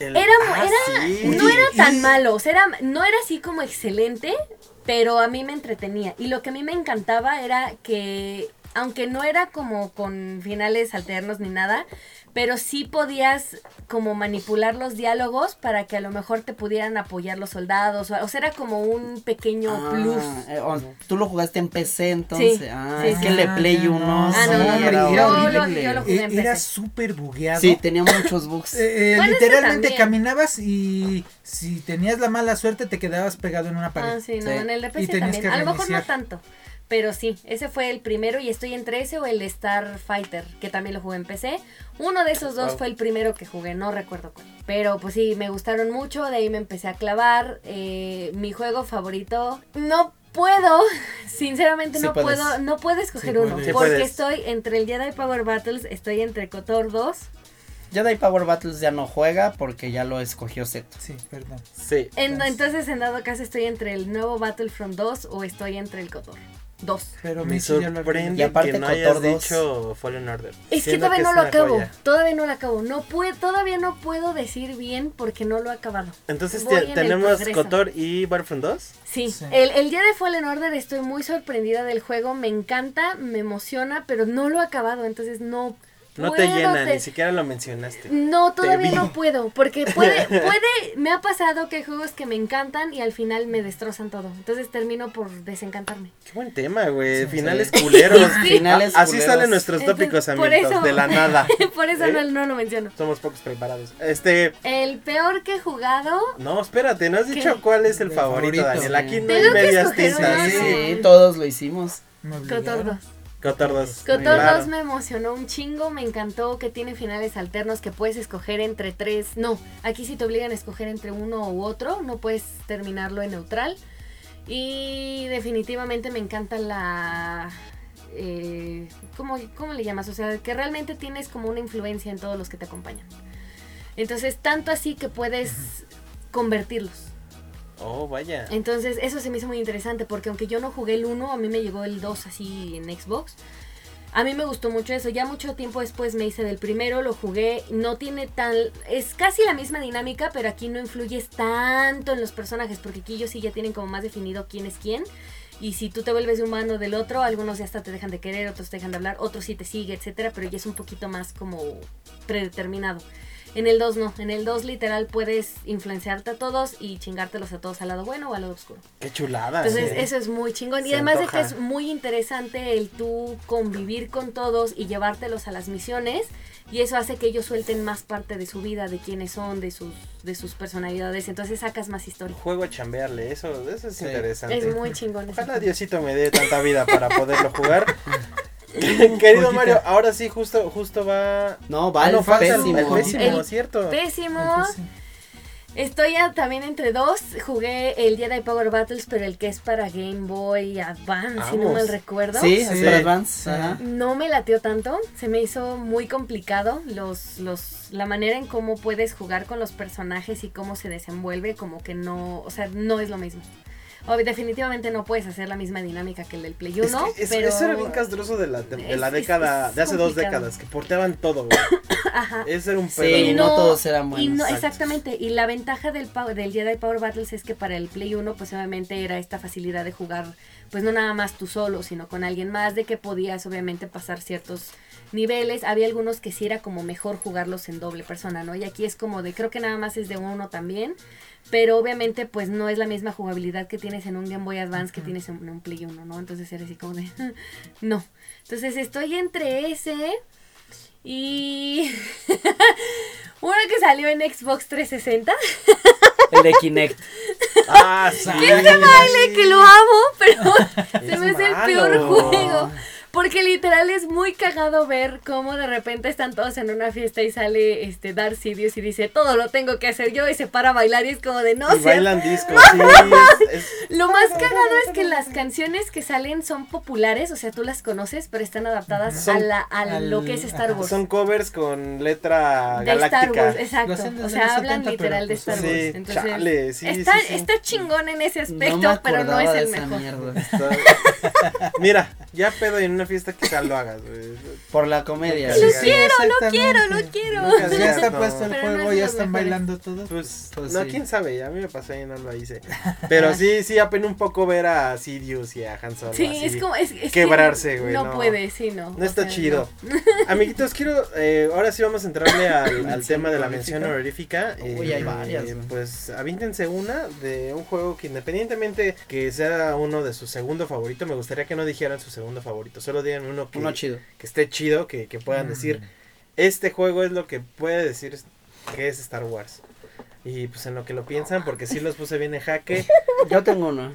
Speaker 1: El-
Speaker 2: Era mu-
Speaker 1: ah,
Speaker 2: era-
Speaker 1: sí.
Speaker 2: No era tan malo, o sea, era- no era así como excelente, pero a mí me entretenía. Y lo que a mí me encantaba era que, aunque no era como con finales alternos ni nada, pero sí podías como manipular los diálogos para que a lo mejor te pudieran apoyar los soldados. O, o sea, era como un pequeño
Speaker 3: Ah,
Speaker 2: plus.
Speaker 3: eh, oh, Tú lo jugaste en PC entonces.
Speaker 2: Sí,
Speaker 3: ah,
Speaker 2: sí,
Speaker 3: es
Speaker 2: sí.
Speaker 3: que le
Speaker 4: Ah,
Speaker 3: Play
Speaker 4: ya
Speaker 3: 1
Speaker 4: no.
Speaker 3: sí,
Speaker 2: Ah, no, no, no,
Speaker 3: era
Speaker 4: no,
Speaker 2: yo lo-
Speaker 3: horrible.
Speaker 2: yo lo-
Speaker 4: Eh,
Speaker 2: empecé.
Speaker 4: Era súper bugueado.
Speaker 3: Sí, tenía muchos bugs.
Speaker 4: Eh, eh,
Speaker 2: Bueno, ese
Speaker 4: literalmente
Speaker 2: también.
Speaker 4: caminabas y si tenías la mala suerte te quedabas pegado en una pared.
Speaker 2: Ah, sí, no,
Speaker 3: Sí.
Speaker 2: en el de PC
Speaker 4: tenías
Speaker 2: también.
Speaker 4: que
Speaker 2: A lo mejor no
Speaker 4: reiniciar.
Speaker 2: tanto. Pero sí, ese fue el primero y estoy entre ese o el Starfighter, que también lo jugué en PC. Uno de esos dos
Speaker 1: Wow.
Speaker 2: fue el primero que jugué, no recuerdo cuál. Pero pues sí, me gustaron mucho, de ahí me empecé a clavar. Eh, mi juego favorito, no puedo, sinceramente
Speaker 3: Sí
Speaker 2: no
Speaker 3: puedes.
Speaker 2: puedo, no puedo escoger
Speaker 4: Sí
Speaker 2: uno.
Speaker 4: puedes.
Speaker 1: Sí
Speaker 2: porque
Speaker 1: puedes.
Speaker 2: estoy entre el Jedi Power Battles, estoy entre Cotor 2.
Speaker 3: Jedi Power Battles ya no juega porque ya lo escogió Seto.
Speaker 4: Sí, perdón.
Speaker 1: Sí.
Speaker 2: En-
Speaker 4: Nice.
Speaker 2: entonces, en dado caso, estoy entre el nuevo Battlefront 2 o estoy entre el Cotor 2.
Speaker 4: Pero
Speaker 1: Me
Speaker 4: Michi ya lo
Speaker 1: sorprende
Speaker 4: arruinó.
Speaker 3: Y aparte
Speaker 1: que no
Speaker 3: Cotor
Speaker 1: hayas
Speaker 3: 2.
Speaker 1: dicho Fallen Order.
Speaker 2: Es que
Speaker 1: siendo
Speaker 2: todavía no lo
Speaker 1: una
Speaker 2: acabo,
Speaker 1: joya.
Speaker 2: todavía no lo acabo. No puedo, todavía no puedo decir bien porque no lo he acabado.
Speaker 1: Entonces
Speaker 2: Voy
Speaker 1: te-
Speaker 2: en el
Speaker 1: tenemos
Speaker 2: progreso.
Speaker 1: Cotor y Battlefront 2.
Speaker 2: Sí,
Speaker 4: Sí.
Speaker 2: El, el día de Fallen Order estoy muy sorprendida del juego, me encanta, me emociona, pero no lo he acabado, entonces no
Speaker 1: No te
Speaker 2: puedo
Speaker 1: llena,
Speaker 2: te- Mm.
Speaker 1: ni siquiera lo mencionaste.
Speaker 2: No, todavía
Speaker 1: vi.
Speaker 2: no puedo, porque puede, puede, me ha pasado que hay juegos que me encantan y al final me destrozan todo, entonces termino por desencantarme.
Speaker 1: Qué buen tema, güey. Finales
Speaker 3: sí.
Speaker 1: culeros.
Speaker 2: Sí.
Speaker 3: Finales
Speaker 1: A- Así
Speaker 3: culeros.
Speaker 1: salen nuestros
Speaker 2: Entonces,
Speaker 1: tópicos,
Speaker 2: por
Speaker 1: amigos.
Speaker 2: eso-
Speaker 1: De la nada.
Speaker 2: Por eso
Speaker 1: ¿Eh?
Speaker 2: no, no lo menciono.
Speaker 1: Somos pocos preparados. Este.
Speaker 2: El peor que he jugado,
Speaker 1: No, espérate, no has
Speaker 2: ¿Qué?
Speaker 1: dicho cuál es el
Speaker 4: El
Speaker 1: favorito,
Speaker 4: favorito.
Speaker 1: Daniel. Aquí no
Speaker 2: Tengo
Speaker 1: hay
Speaker 2: que
Speaker 1: medias
Speaker 2: escoger
Speaker 1: tintas.
Speaker 2: uno,
Speaker 1: Sí.
Speaker 2: ¿no?
Speaker 3: Ah, Sí, todos lo hicimos.
Speaker 4: Me obligaron.
Speaker 2: Cotor 2.
Speaker 1: Cotor 2.
Speaker 2: Cotor
Speaker 1: Claro.
Speaker 2: 2 me emocionó un chingo, me encantó que tiene finales alternos que puedes escoger entre tres. No, aquí sí te obligan a escoger entre uno u otro, no puedes terminarlo en neutral. Y definitivamente me encanta la... eh, ¿cómo, ¿Cómo le llamas? O sea, que realmente tienes como una influencia en todos los que te acompañan. Entonces, tanto así que puedes convertirlos.
Speaker 1: Oh, vaya.
Speaker 2: Entonces, eso se me hizo muy interesante porque aunque yo no jugué el 1, a mí me llegó el 2 así en Xbox. A mí me gustó mucho eso. Ya mucho tiempo después me hice del primero, lo jugué. No tiene tan. Es casi la misma dinámica, pero aquí no influyes tanto en los personajes, porque aquí ellos sí ya tienen como más definido quién es quién. Y si tú te vuelves de un mano del otro, algunos ya hasta te dejan de querer, otros te dejan de hablar, otros sí te sigue, etcétera, pero ya es un poquito más como predeterminado. En el 2 no, en el 2 literal puedes influenciarte a todos y chingártelos a todos al lado bueno o al lado oscuro.
Speaker 1: Qué chulada.
Speaker 2: Entonces,
Speaker 1: sí.
Speaker 2: eso es muy chingón. Y
Speaker 1: Se
Speaker 2: además
Speaker 1: antoja.
Speaker 2: de que es muy interesante el tú convivir con todos y llevártelos a las misiones. Y eso hace que ellos suelten más parte de su vida, de quiénes son, de sus, de sus personalidades. Entonces sacas más historia.
Speaker 1: Juego a chambearle, eso, eso es
Speaker 3: Sí.
Speaker 1: interesante.
Speaker 2: Es muy chingón. eso.
Speaker 1: Ojalá Diosito me dé tanta vida para poderlo jugar. Querido
Speaker 4: Joyita.
Speaker 1: Mario, ahora sí, justo, justo va.
Speaker 3: No,
Speaker 1: Ah,
Speaker 3: vale,
Speaker 1: no, falta el-
Speaker 3: pésimo.
Speaker 1: el pésimo,
Speaker 2: El
Speaker 1: cierto.
Speaker 4: pues
Speaker 2: Pésimo.
Speaker 1: pues
Speaker 2: Estoy ya también entre dos. Jugué el Jedi Power Battles, pero el que es para Game Boy Advance, si no
Speaker 1: Vamos.
Speaker 2: mal recuerdo.
Speaker 3: Sí, es
Speaker 4: Sí.
Speaker 3: para Advance. ajá.
Speaker 2: No me lateó tanto, se me hizo muy complicado los, los, la manera en cómo puedes jugar con los personajes y cómo se desenvuelve, como que no, o sea, no es lo mismo. O, definitivamente no puedes hacer la misma dinámica que el del Play 1,
Speaker 1: Es que es-
Speaker 2: pero...
Speaker 1: Eso era bien castroso de la, de la
Speaker 2: es- es-
Speaker 1: década,
Speaker 2: es
Speaker 1: de hace dos
Speaker 2: complicado.
Speaker 1: décadas, que porteaban todo, güey.
Speaker 2: Ajá.
Speaker 1: Ese era un
Speaker 3: Sí,
Speaker 1: pedo.
Speaker 2: Y
Speaker 3: no,
Speaker 2: no-
Speaker 3: todos eran buenos.
Speaker 2: Y no,
Speaker 1: Exacto.
Speaker 2: exactamente, y la ventaja del, pow- del Jedi Power Battles es que para el Play 1 pues obviamente era esta facilidad de jugar pues no nada más tú solo, sino con alguien más, de que podías obviamente pasar ciertos niveles, había algunos que sí era como mejor jugarlos en doble persona, ¿no? Y aquí es como de, creo que nada más es de uno también, pero obviamente pues no es la misma jugabilidad que tienes en un Game Boy Advance que tienes en un Play 1, ¿no? Entonces era así como de, no. Entonces estoy entre ese y uno que salió en Xbox 360,
Speaker 3: El de Kinect.
Speaker 1: Ah, sí.
Speaker 2: Dale, que lo amo, pero se
Speaker 1: Es
Speaker 2: me hace el
Speaker 1: malo.
Speaker 2: peor juego. Porque literal es muy cagado ver cómo de repente están todos en una fiesta y sale este Darth Sidious y dice, todo lo tengo que hacer yo y se para a bailar y es como de no.
Speaker 1: Y
Speaker 2: seas-
Speaker 1: bailan disco, sí. es- es-
Speaker 2: Lo más cagado es que las canciones que salen son populares, o sea, tú las conoces, pero están adaptadas
Speaker 1: Son-
Speaker 2: a, la, a lo
Speaker 4: al-
Speaker 2: que es Star Wars.
Speaker 1: son covers con letra
Speaker 2: Pues de Star
Speaker 1: galáctica.
Speaker 2: Wars, exacto.
Speaker 4: Lo hacen desde
Speaker 2: O
Speaker 4: los
Speaker 2: sea, hablan
Speaker 4: 70,
Speaker 2: literal de
Speaker 4: pero,
Speaker 2: Star
Speaker 4: pues,
Speaker 2: Wars.
Speaker 1: sí,
Speaker 2: Entonces,
Speaker 1: chale, sí, sí,
Speaker 2: está,
Speaker 1: sí.
Speaker 2: está chingón en ese aspecto,
Speaker 3: no me
Speaker 2: pero no es
Speaker 3: acordaba de
Speaker 2: el
Speaker 3: esa
Speaker 2: mejor.
Speaker 3: mierda.
Speaker 1: Está- Mira, ya pedo en una fiesta quizá lo hagas, güey.
Speaker 3: Por la comedia.
Speaker 1: Lo
Speaker 3: sí.
Speaker 1: siento.
Speaker 2: quiero, lo
Speaker 4: Exactamente.
Speaker 2: quiero, lo quiero.
Speaker 1: Nunca
Speaker 4: Ya
Speaker 1: digas
Speaker 4: está
Speaker 1: no.
Speaker 4: puesto el
Speaker 2: Pero no
Speaker 4: juego,
Speaker 2: es de
Speaker 4: ya
Speaker 2: los
Speaker 4: están
Speaker 2: mejores.
Speaker 4: bailando todos.
Speaker 1: Pues,
Speaker 3: Pues
Speaker 1: no,
Speaker 3: sí.
Speaker 1: quién sabe, a mí me pasó y no lo hice. Pero sí, sí, apenas un poco ver a Sirius y a Han Solo.
Speaker 2: Sí,
Speaker 1: así.
Speaker 2: es como. Es, es que
Speaker 1: Quebrarse, güey,
Speaker 2: No,
Speaker 1: no.
Speaker 2: puede, sí, no.
Speaker 1: No
Speaker 2: o
Speaker 1: está
Speaker 2: sea,
Speaker 1: chido. Amiguitos, quiero. eh, ahora sí vamos a entrarle al, al
Speaker 3: Mención
Speaker 1: tema de la
Speaker 3: honorífica.
Speaker 1: mención honorífica. Eh,
Speaker 3: Uy, hay varias, güey.
Speaker 1: pues avíntense una de un juego que, independientemente que sea uno de su segundo favorito, me gustaría que no dijeran su segundo favorito. Solo digan uno que,
Speaker 3: Uno chido.
Speaker 1: que esté chido, que, que puedan decir. Este juego es lo que puede decir que es Star Wars. Y pues en lo que lo piensan, porque sí los puse bien en jaque.
Speaker 3: Yo tengo uno.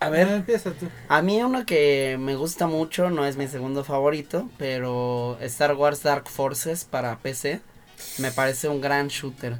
Speaker 4: A ver, empieza tú.
Speaker 3: A mí uno que me gusta mucho, no es mi segundo favorito, pero Star Wars Dark Forces para PC me parece un gran shooter.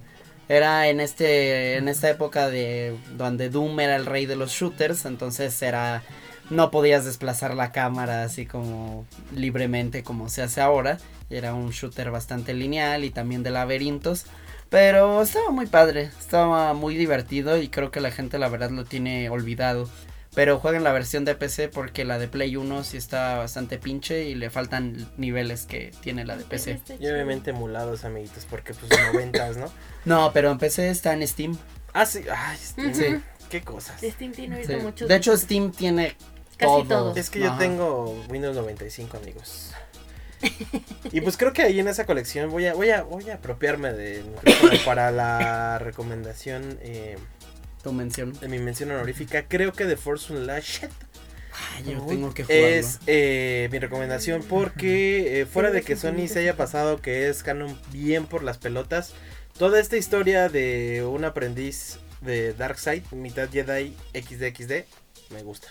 Speaker 3: Era en este en esta época de donde Doom era el rey de los shooters, entonces era no podías desplazar la cámara así como libremente como se hace ahora. Era un shooter bastante lineal y también de laberintos, pero estaba muy padre, estaba muy divertido y creo que la gente la verdad lo tiene olvidado. Pero jueguen la versión de PC porque la de Play 1 sí está bastante pinche y le faltan niveles que tiene la de
Speaker 2: no, sí
Speaker 3: PC.
Speaker 2: está
Speaker 1: Y
Speaker 2: chido.
Speaker 1: obviamente emulados, amiguitos, porque pues noventas, ¿no?
Speaker 3: No, pero en PC está en Steam.
Speaker 1: Ah, sí, ay, este,
Speaker 2: Ujú.
Speaker 3: Sí,
Speaker 1: qué cosas.
Speaker 2: Steam tiene
Speaker 3: sí.
Speaker 2: ahorita muchos.
Speaker 3: De hecho, Steam tiene
Speaker 2: casi
Speaker 3: todo.
Speaker 2: todos.
Speaker 1: Es que yo
Speaker 3: Ajá.
Speaker 1: tengo Windows 95, amigos. Y pues creo que ahí en esa colección voy a, voy a, voy a apropiarme del micrófono para la recomendación eh,
Speaker 3: tu mención.
Speaker 1: de mi mención honorífica. Creo que The Force Unleashed
Speaker 3: Ay, yo tengo que jugarlo.
Speaker 1: es eh, mi recomendación porque eh, fuera de que Sony se haya pasado que es canon bien por las pelotas, toda esta historia de un aprendiz de Darkseid, mitad Jedi XDXD, me gusta.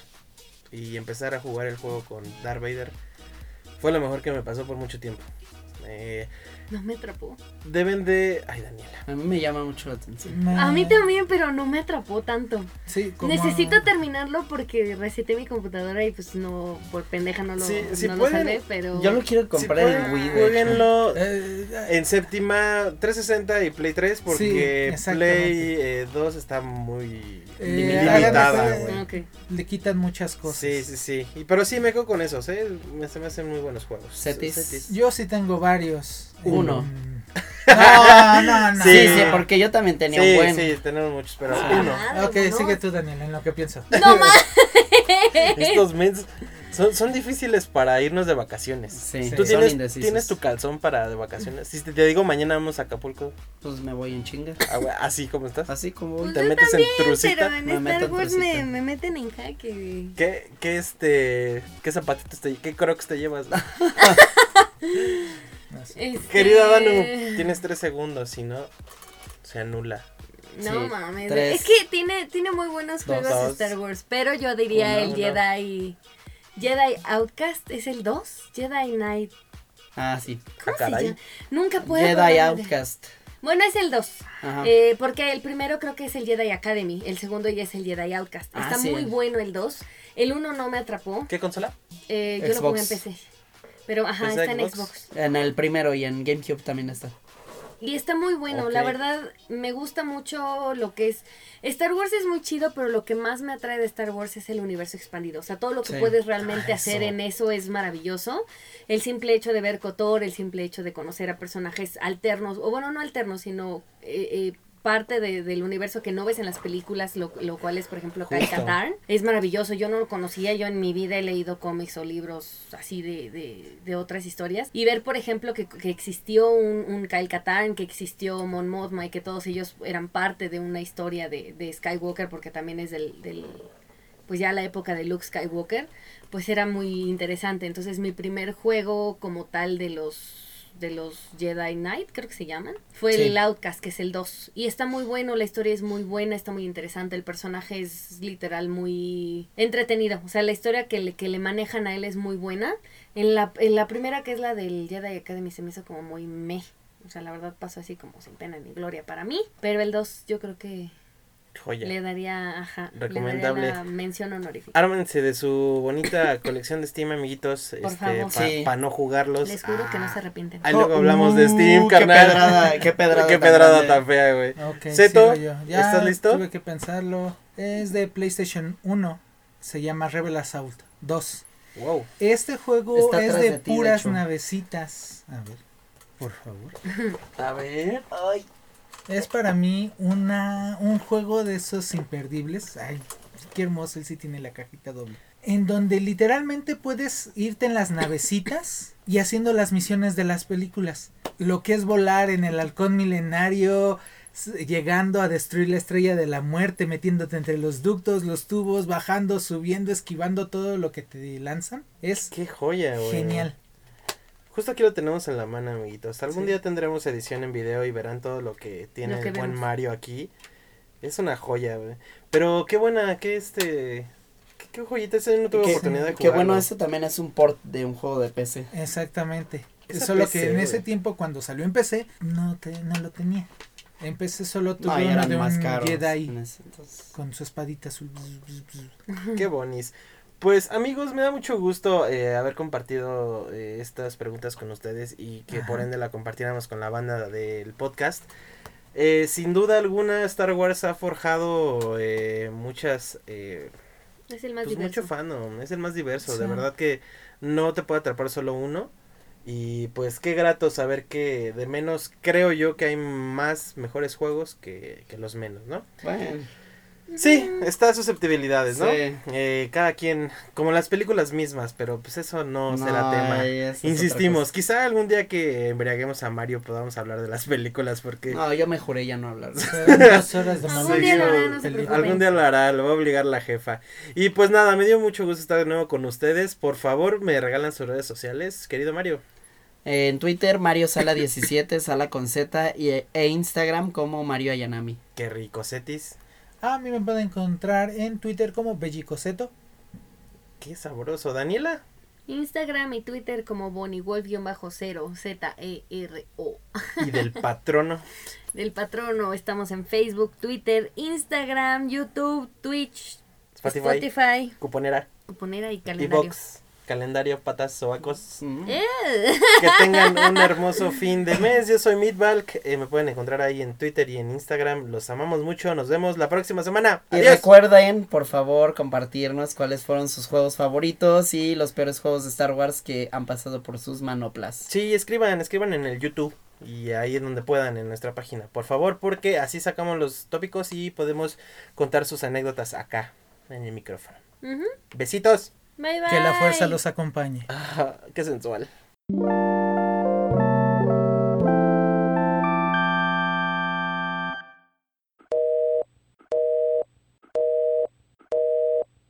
Speaker 1: Y empezar a jugar el juego con Darth Vader fue lo mejor que me pasó por mucho tiempo. Eh,
Speaker 2: No me atrapó.
Speaker 1: Deben de. Ay, Daniela.
Speaker 3: A mí me llama mucho la atención.
Speaker 4: Me-
Speaker 1: Ah.
Speaker 2: A mí también, pero no me atrapó tanto.
Speaker 4: Sí, como-
Speaker 2: Necesito terminarlo porque reseté mi computadora y pues no, por pendeja no lo,
Speaker 1: Sí, si
Speaker 2: no
Speaker 1: pueden,
Speaker 2: lo salvé, pero...
Speaker 3: Yo lo quiero
Speaker 1: Si
Speaker 3: comprar
Speaker 1: pueden,
Speaker 3: en Wii, de hecho.
Speaker 1: Jueguenlo
Speaker 4: Eh, eh,
Speaker 1: en séptima 360 y Play 3
Speaker 4: Sí,
Speaker 1: porque
Speaker 4: exactamente.
Speaker 1: Play eh, 2 está muy
Speaker 4: Eh,
Speaker 1: limitada,
Speaker 4: háganme-
Speaker 1: güey.
Speaker 2: Ok.
Speaker 4: le quitan muchas cosas.
Speaker 1: Sí, sí, sí. Y, pero sí me quedo con esos, ¿eh? Me, se me hacen muy buenos juegos.
Speaker 3: Cetis.
Speaker 4: Yo sí tengo varios.
Speaker 3: Uno.
Speaker 4: Mm. No, no, no.
Speaker 1: Sí.
Speaker 3: Sí, sí, porque yo también tenía
Speaker 1: sí,
Speaker 3: un buen.
Speaker 1: sí, tenemos muchos, pero
Speaker 2: Ah,
Speaker 1: uno.
Speaker 2: madre,
Speaker 4: Ok,
Speaker 2: no.
Speaker 4: sigue tú, Daniel, en lo que pienso.
Speaker 2: No más.
Speaker 1: Estos mens son, son difíciles para irnos de vacaciones.
Speaker 3: Sí,
Speaker 1: Tú
Speaker 4: son
Speaker 1: tienes,
Speaker 3: indecisos.
Speaker 1: tienes tu calzón para de vacaciones. Si te, te digo mañana vamos a Acapulco,
Speaker 3: Pues me voy en chinga.
Speaker 1: ah, güey, así como estás.
Speaker 3: Así como
Speaker 2: Pues
Speaker 3: voy.
Speaker 1: te
Speaker 2: yo
Speaker 1: metes en
Speaker 2: Pero
Speaker 1: trucita.
Speaker 2: en
Speaker 3: me meto
Speaker 2: Star
Speaker 3: en
Speaker 2: Wars me,
Speaker 3: trucita.
Speaker 2: me meten en jaque. güey.
Speaker 1: ¿Qué, qué este, qué zapatitos te, qué crocs te llevas?
Speaker 2: Este,
Speaker 1: Querida Danu, tienes tres segundos, si no, se anula.
Speaker 2: No
Speaker 3: Sí,
Speaker 2: mames.
Speaker 3: tres.
Speaker 2: Es que tiene, tiene muy buenos
Speaker 1: Dos,
Speaker 2: juegos
Speaker 1: dos.
Speaker 2: Star Wars, pero yo diría
Speaker 1: Uno,
Speaker 2: el
Speaker 1: uno.
Speaker 2: Jedi. Jedi Outcast es el 2. Jedi Knight.
Speaker 3: Ah, sí.
Speaker 2: ¿Cómo
Speaker 1: Ah, caray.
Speaker 2: se llama? Nunca puedo.
Speaker 3: Jedi
Speaker 2: acordarme de-
Speaker 3: Outcast.
Speaker 2: Bueno, es el 2.
Speaker 3: Ajá.
Speaker 2: eh, porque el primero creo que es el Jedi Academy. El segundo ya es el Jedi Outcast.
Speaker 3: Ah,
Speaker 2: Está
Speaker 3: sí.
Speaker 2: muy bueno el 2. El 1 no me atrapó.
Speaker 1: ¿Qué consola?
Speaker 2: Eh, yo lo
Speaker 3: Xbox.
Speaker 2: jugué en PC. Pero ajá,
Speaker 1: ¿PC,
Speaker 2: está en
Speaker 1: Xbox?
Speaker 2: Xbox.
Speaker 3: En el primero y en GameCube también está.
Speaker 2: Y está muy bueno, la
Speaker 1: Ok.
Speaker 2: verdad me gusta mucho lo que es... Star Wars es muy chido, pero lo que más me atrae de Star Wars es el universo expandido. O sea, todo lo que
Speaker 3: Sí.
Speaker 2: puedes realmente
Speaker 1: Ah,
Speaker 2: hacer
Speaker 1: eso.
Speaker 2: en eso es maravilloso. El simple hecho de ver Cotor, el simple hecho de conocer a personajes alternos, o bueno, no alternos, sino eh, eh, parte de- del universo que no ves en las películas, lo, lo cual es, por ejemplo, Kyle
Speaker 1: Justo.
Speaker 2: Katarn. Es maravilloso, yo no lo conocía, yo en mi vida he leído cómics o libros así de, de- de otras historias. Y ver, por ejemplo, que, que existió un, un Kyle Katarn, que existió Mon Mothma y que todos ellos eran parte de una historia de, de Skywalker, porque también es del- del pues ya la época de Luke Skywalker, pues era muy interesante. Entonces mi primer juego como tal de los de los Jedi Knight, creo que se llaman, fue
Speaker 3: Sí.
Speaker 2: el Outcast, que es el 2. Y está muy bueno, la historia es muy buena, está muy interesante, el personaje es literal muy entretenido. O sea, la historia que le, que le manejan a él es muy buena. En la, en la primera, que es la del Jedi Academy, se me hizo como muy meh. O sea, la verdad pasó así como sin pena ni gloria para mí. Pero el 2 yo creo que
Speaker 1: Joya.
Speaker 2: le daría, ajá, le daría
Speaker 1: Recomendable.
Speaker 2: la mención honorífica.
Speaker 1: Ármense de su bonita colección de Steam, amiguitos, este,
Speaker 2: favor.
Speaker 1: para
Speaker 3: Sí.
Speaker 1: no jugarlos.
Speaker 2: Les juro que no
Speaker 1: Ah.
Speaker 2: se arrepienten.
Speaker 1: Ahí luego hablamos de Steam,
Speaker 3: Uh,
Speaker 1: carnal.
Speaker 3: Qué pedrada, qué pedrada.
Speaker 1: Qué
Speaker 3: tan
Speaker 1: pedrada
Speaker 3: grande.
Speaker 1: tan fea, güey.
Speaker 4: Ok,
Speaker 1: Zeto,
Speaker 4: sigo yo. Ya
Speaker 1: ¿estás listo?
Speaker 4: Tuve que pensarlo. Es de PlayStation 1. Se llama Rebel Assault 2.
Speaker 1: Wow.
Speaker 4: Este juego
Speaker 3: Está
Speaker 4: es
Speaker 3: atrás
Speaker 4: de,
Speaker 3: de ti, de
Speaker 4: puras
Speaker 3: hecho.
Speaker 4: navecitas. A ver, por favor.
Speaker 1: A ver.
Speaker 4: Es para mí una un juego de esos imperdibles. Ay, qué hermoso, él sí tiene la cajita doble. En donde literalmente puedes irte en las navecitas y haciendo las misiones de las películas. Lo que es volar en el halcón milenario, s- llegando a destruir la estrella de la muerte, metiéndote entre los ductos, los tubos, bajando, subiendo, esquivando todo lo que te lanzan. Es
Speaker 1: Qué joya, güey.
Speaker 4: genial.
Speaker 1: Justo aquí lo tenemos en la mano, amiguitos. Algún
Speaker 4: Sí.
Speaker 1: día tendremos edición en video y verán todo lo que tiene
Speaker 2: Lo que
Speaker 1: el buen
Speaker 2: vemos.
Speaker 1: Mario aquí. Es una joya, güey. Pero qué buena, qué este. Qué, qué joyita, ese no tuve
Speaker 3: Qué-
Speaker 1: oportunidad de
Speaker 3: Qué
Speaker 1: jugarlo.
Speaker 3: bueno, este también es un port de un juego de PC.
Speaker 4: Exactamente.
Speaker 1: Esa
Speaker 4: solo
Speaker 1: PC,
Speaker 4: que en
Speaker 1: güey.
Speaker 4: ese tiempo cuando salió en PC no, te- no lo tenía. En PC solo tuve
Speaker 3: No, y
Speaker 4: uno de
Speaker 3: eran
Speaker 4: un
Speaker 3: más caros. en
Speaker 4: Jedi
Speaker 3: ese entonces.
Speaker 4: con su espadita azul.
Speaker 1: Qué bonis. Pues amigos, me da mucho gusto eh, haber compartido eh, estas preguntas con ustedes y que por ende la compartiéramos con la banda del podcast. Eh, sin duda alguna, Star Wars ha forjado eh, muchas, eh,
Speaker 2: Es el más
Speaker 1: pues
Speaker 2: diverso.
Speaker 1: mucho fandom, es el más diverso,
Speaker 4: Sí.
Speaker 1: de verdad que no te puede atrapar solo uno y pues qué grato saber que de menos creo yo que hay más mejores juegos que, que los menos, ¿no?
Speaker 3: Bueno,
Speaker 1: Sí, está a susceptibilidades, ¿no?
Speaker 3: Sí.
Speaker 1: Eh, cada quien, como las películas mismas, pero pues eso no, será
Speaker 3: no,
Speaker 1: tema.
Speaker 3: y esa es otra
Speaker 1: Insistimos, quizá algún día que embriaguemos a Mario podamos hablar de las películas,
Speaker 3: cosa.
Speaker 1: porque
Speaker 3: No, yo me juré ya no hablar.
Speaker 4: Dos horas de
Speaker 2: Algún
Speaker 4: maldita
Speaker 2: día lo hará, no se
Speaker 4: película.
Speaker 2: preocupen.
Speaker 1: algún día lo hará, lo va a obligar la jefa. Y pues nada, me dio mucho gusto estar de nuevo con ustedes. Por favor, me regalan sus redes sociales, querido Mario.
Speaker 3: Eh, En Twitter, Mario Sala 17, Sala con Z, y, e Instagram como Mario Ayanami.
Speaker 1: Qué rico, Cetis.
Speaker 4: A mí me pueden encontrar en Twitter como Bellicoseto.
Speaker 1: Qué sabroso. Daniela,
Speaker 2: Instagram y Twitter como boniwolf-0, Z-E-R-O.
Speaker 1: Y del patrono.
Speaker 2: Del patrono, estamos en Facebook, Twitter, Instagram, YouTube, Twitch,
Speaker 1: Spotify.
Speaker 2: Spotify,
Speaker 1: Cuponera.
Speaker 2: cuponera y
Speaker 1: Y
Speaker 2: calendario.
Speaker 1: box. Calendario, patas, sobacos.
Speaker 3: Mm.
Speaker 2: Eh,
Speaker 1: Que tengan un hermoso fin de mes. Yo soy Meatbalk. eh, me pueden encontrar ahí en Twitter y en Instagram. Los amamos mucho. Nos vemos la próxima semana.
Speaker 3: Y
Speaker 1: Adiós.
Speaker 3: recuerden, por favor, compartirnos cuáles fueron sus juegos favoritos y los peores juegos de Star Wars que han pasado por sus manoplas.
Speaker 1: Sí, escriban, escriban en el YouTube y ahí es donde puedan en nuestra página, por favor, porque así sacamos los tópicos y podemos contar sus anécdotas acá en el micrófono.
Speaker 2: ujú.
Speaker 1: Besitos.
Speaker 2: Bye bye.
Speaker 4: Que la fuerza los acompañe.
Speaker 1: Ah, qué sensual.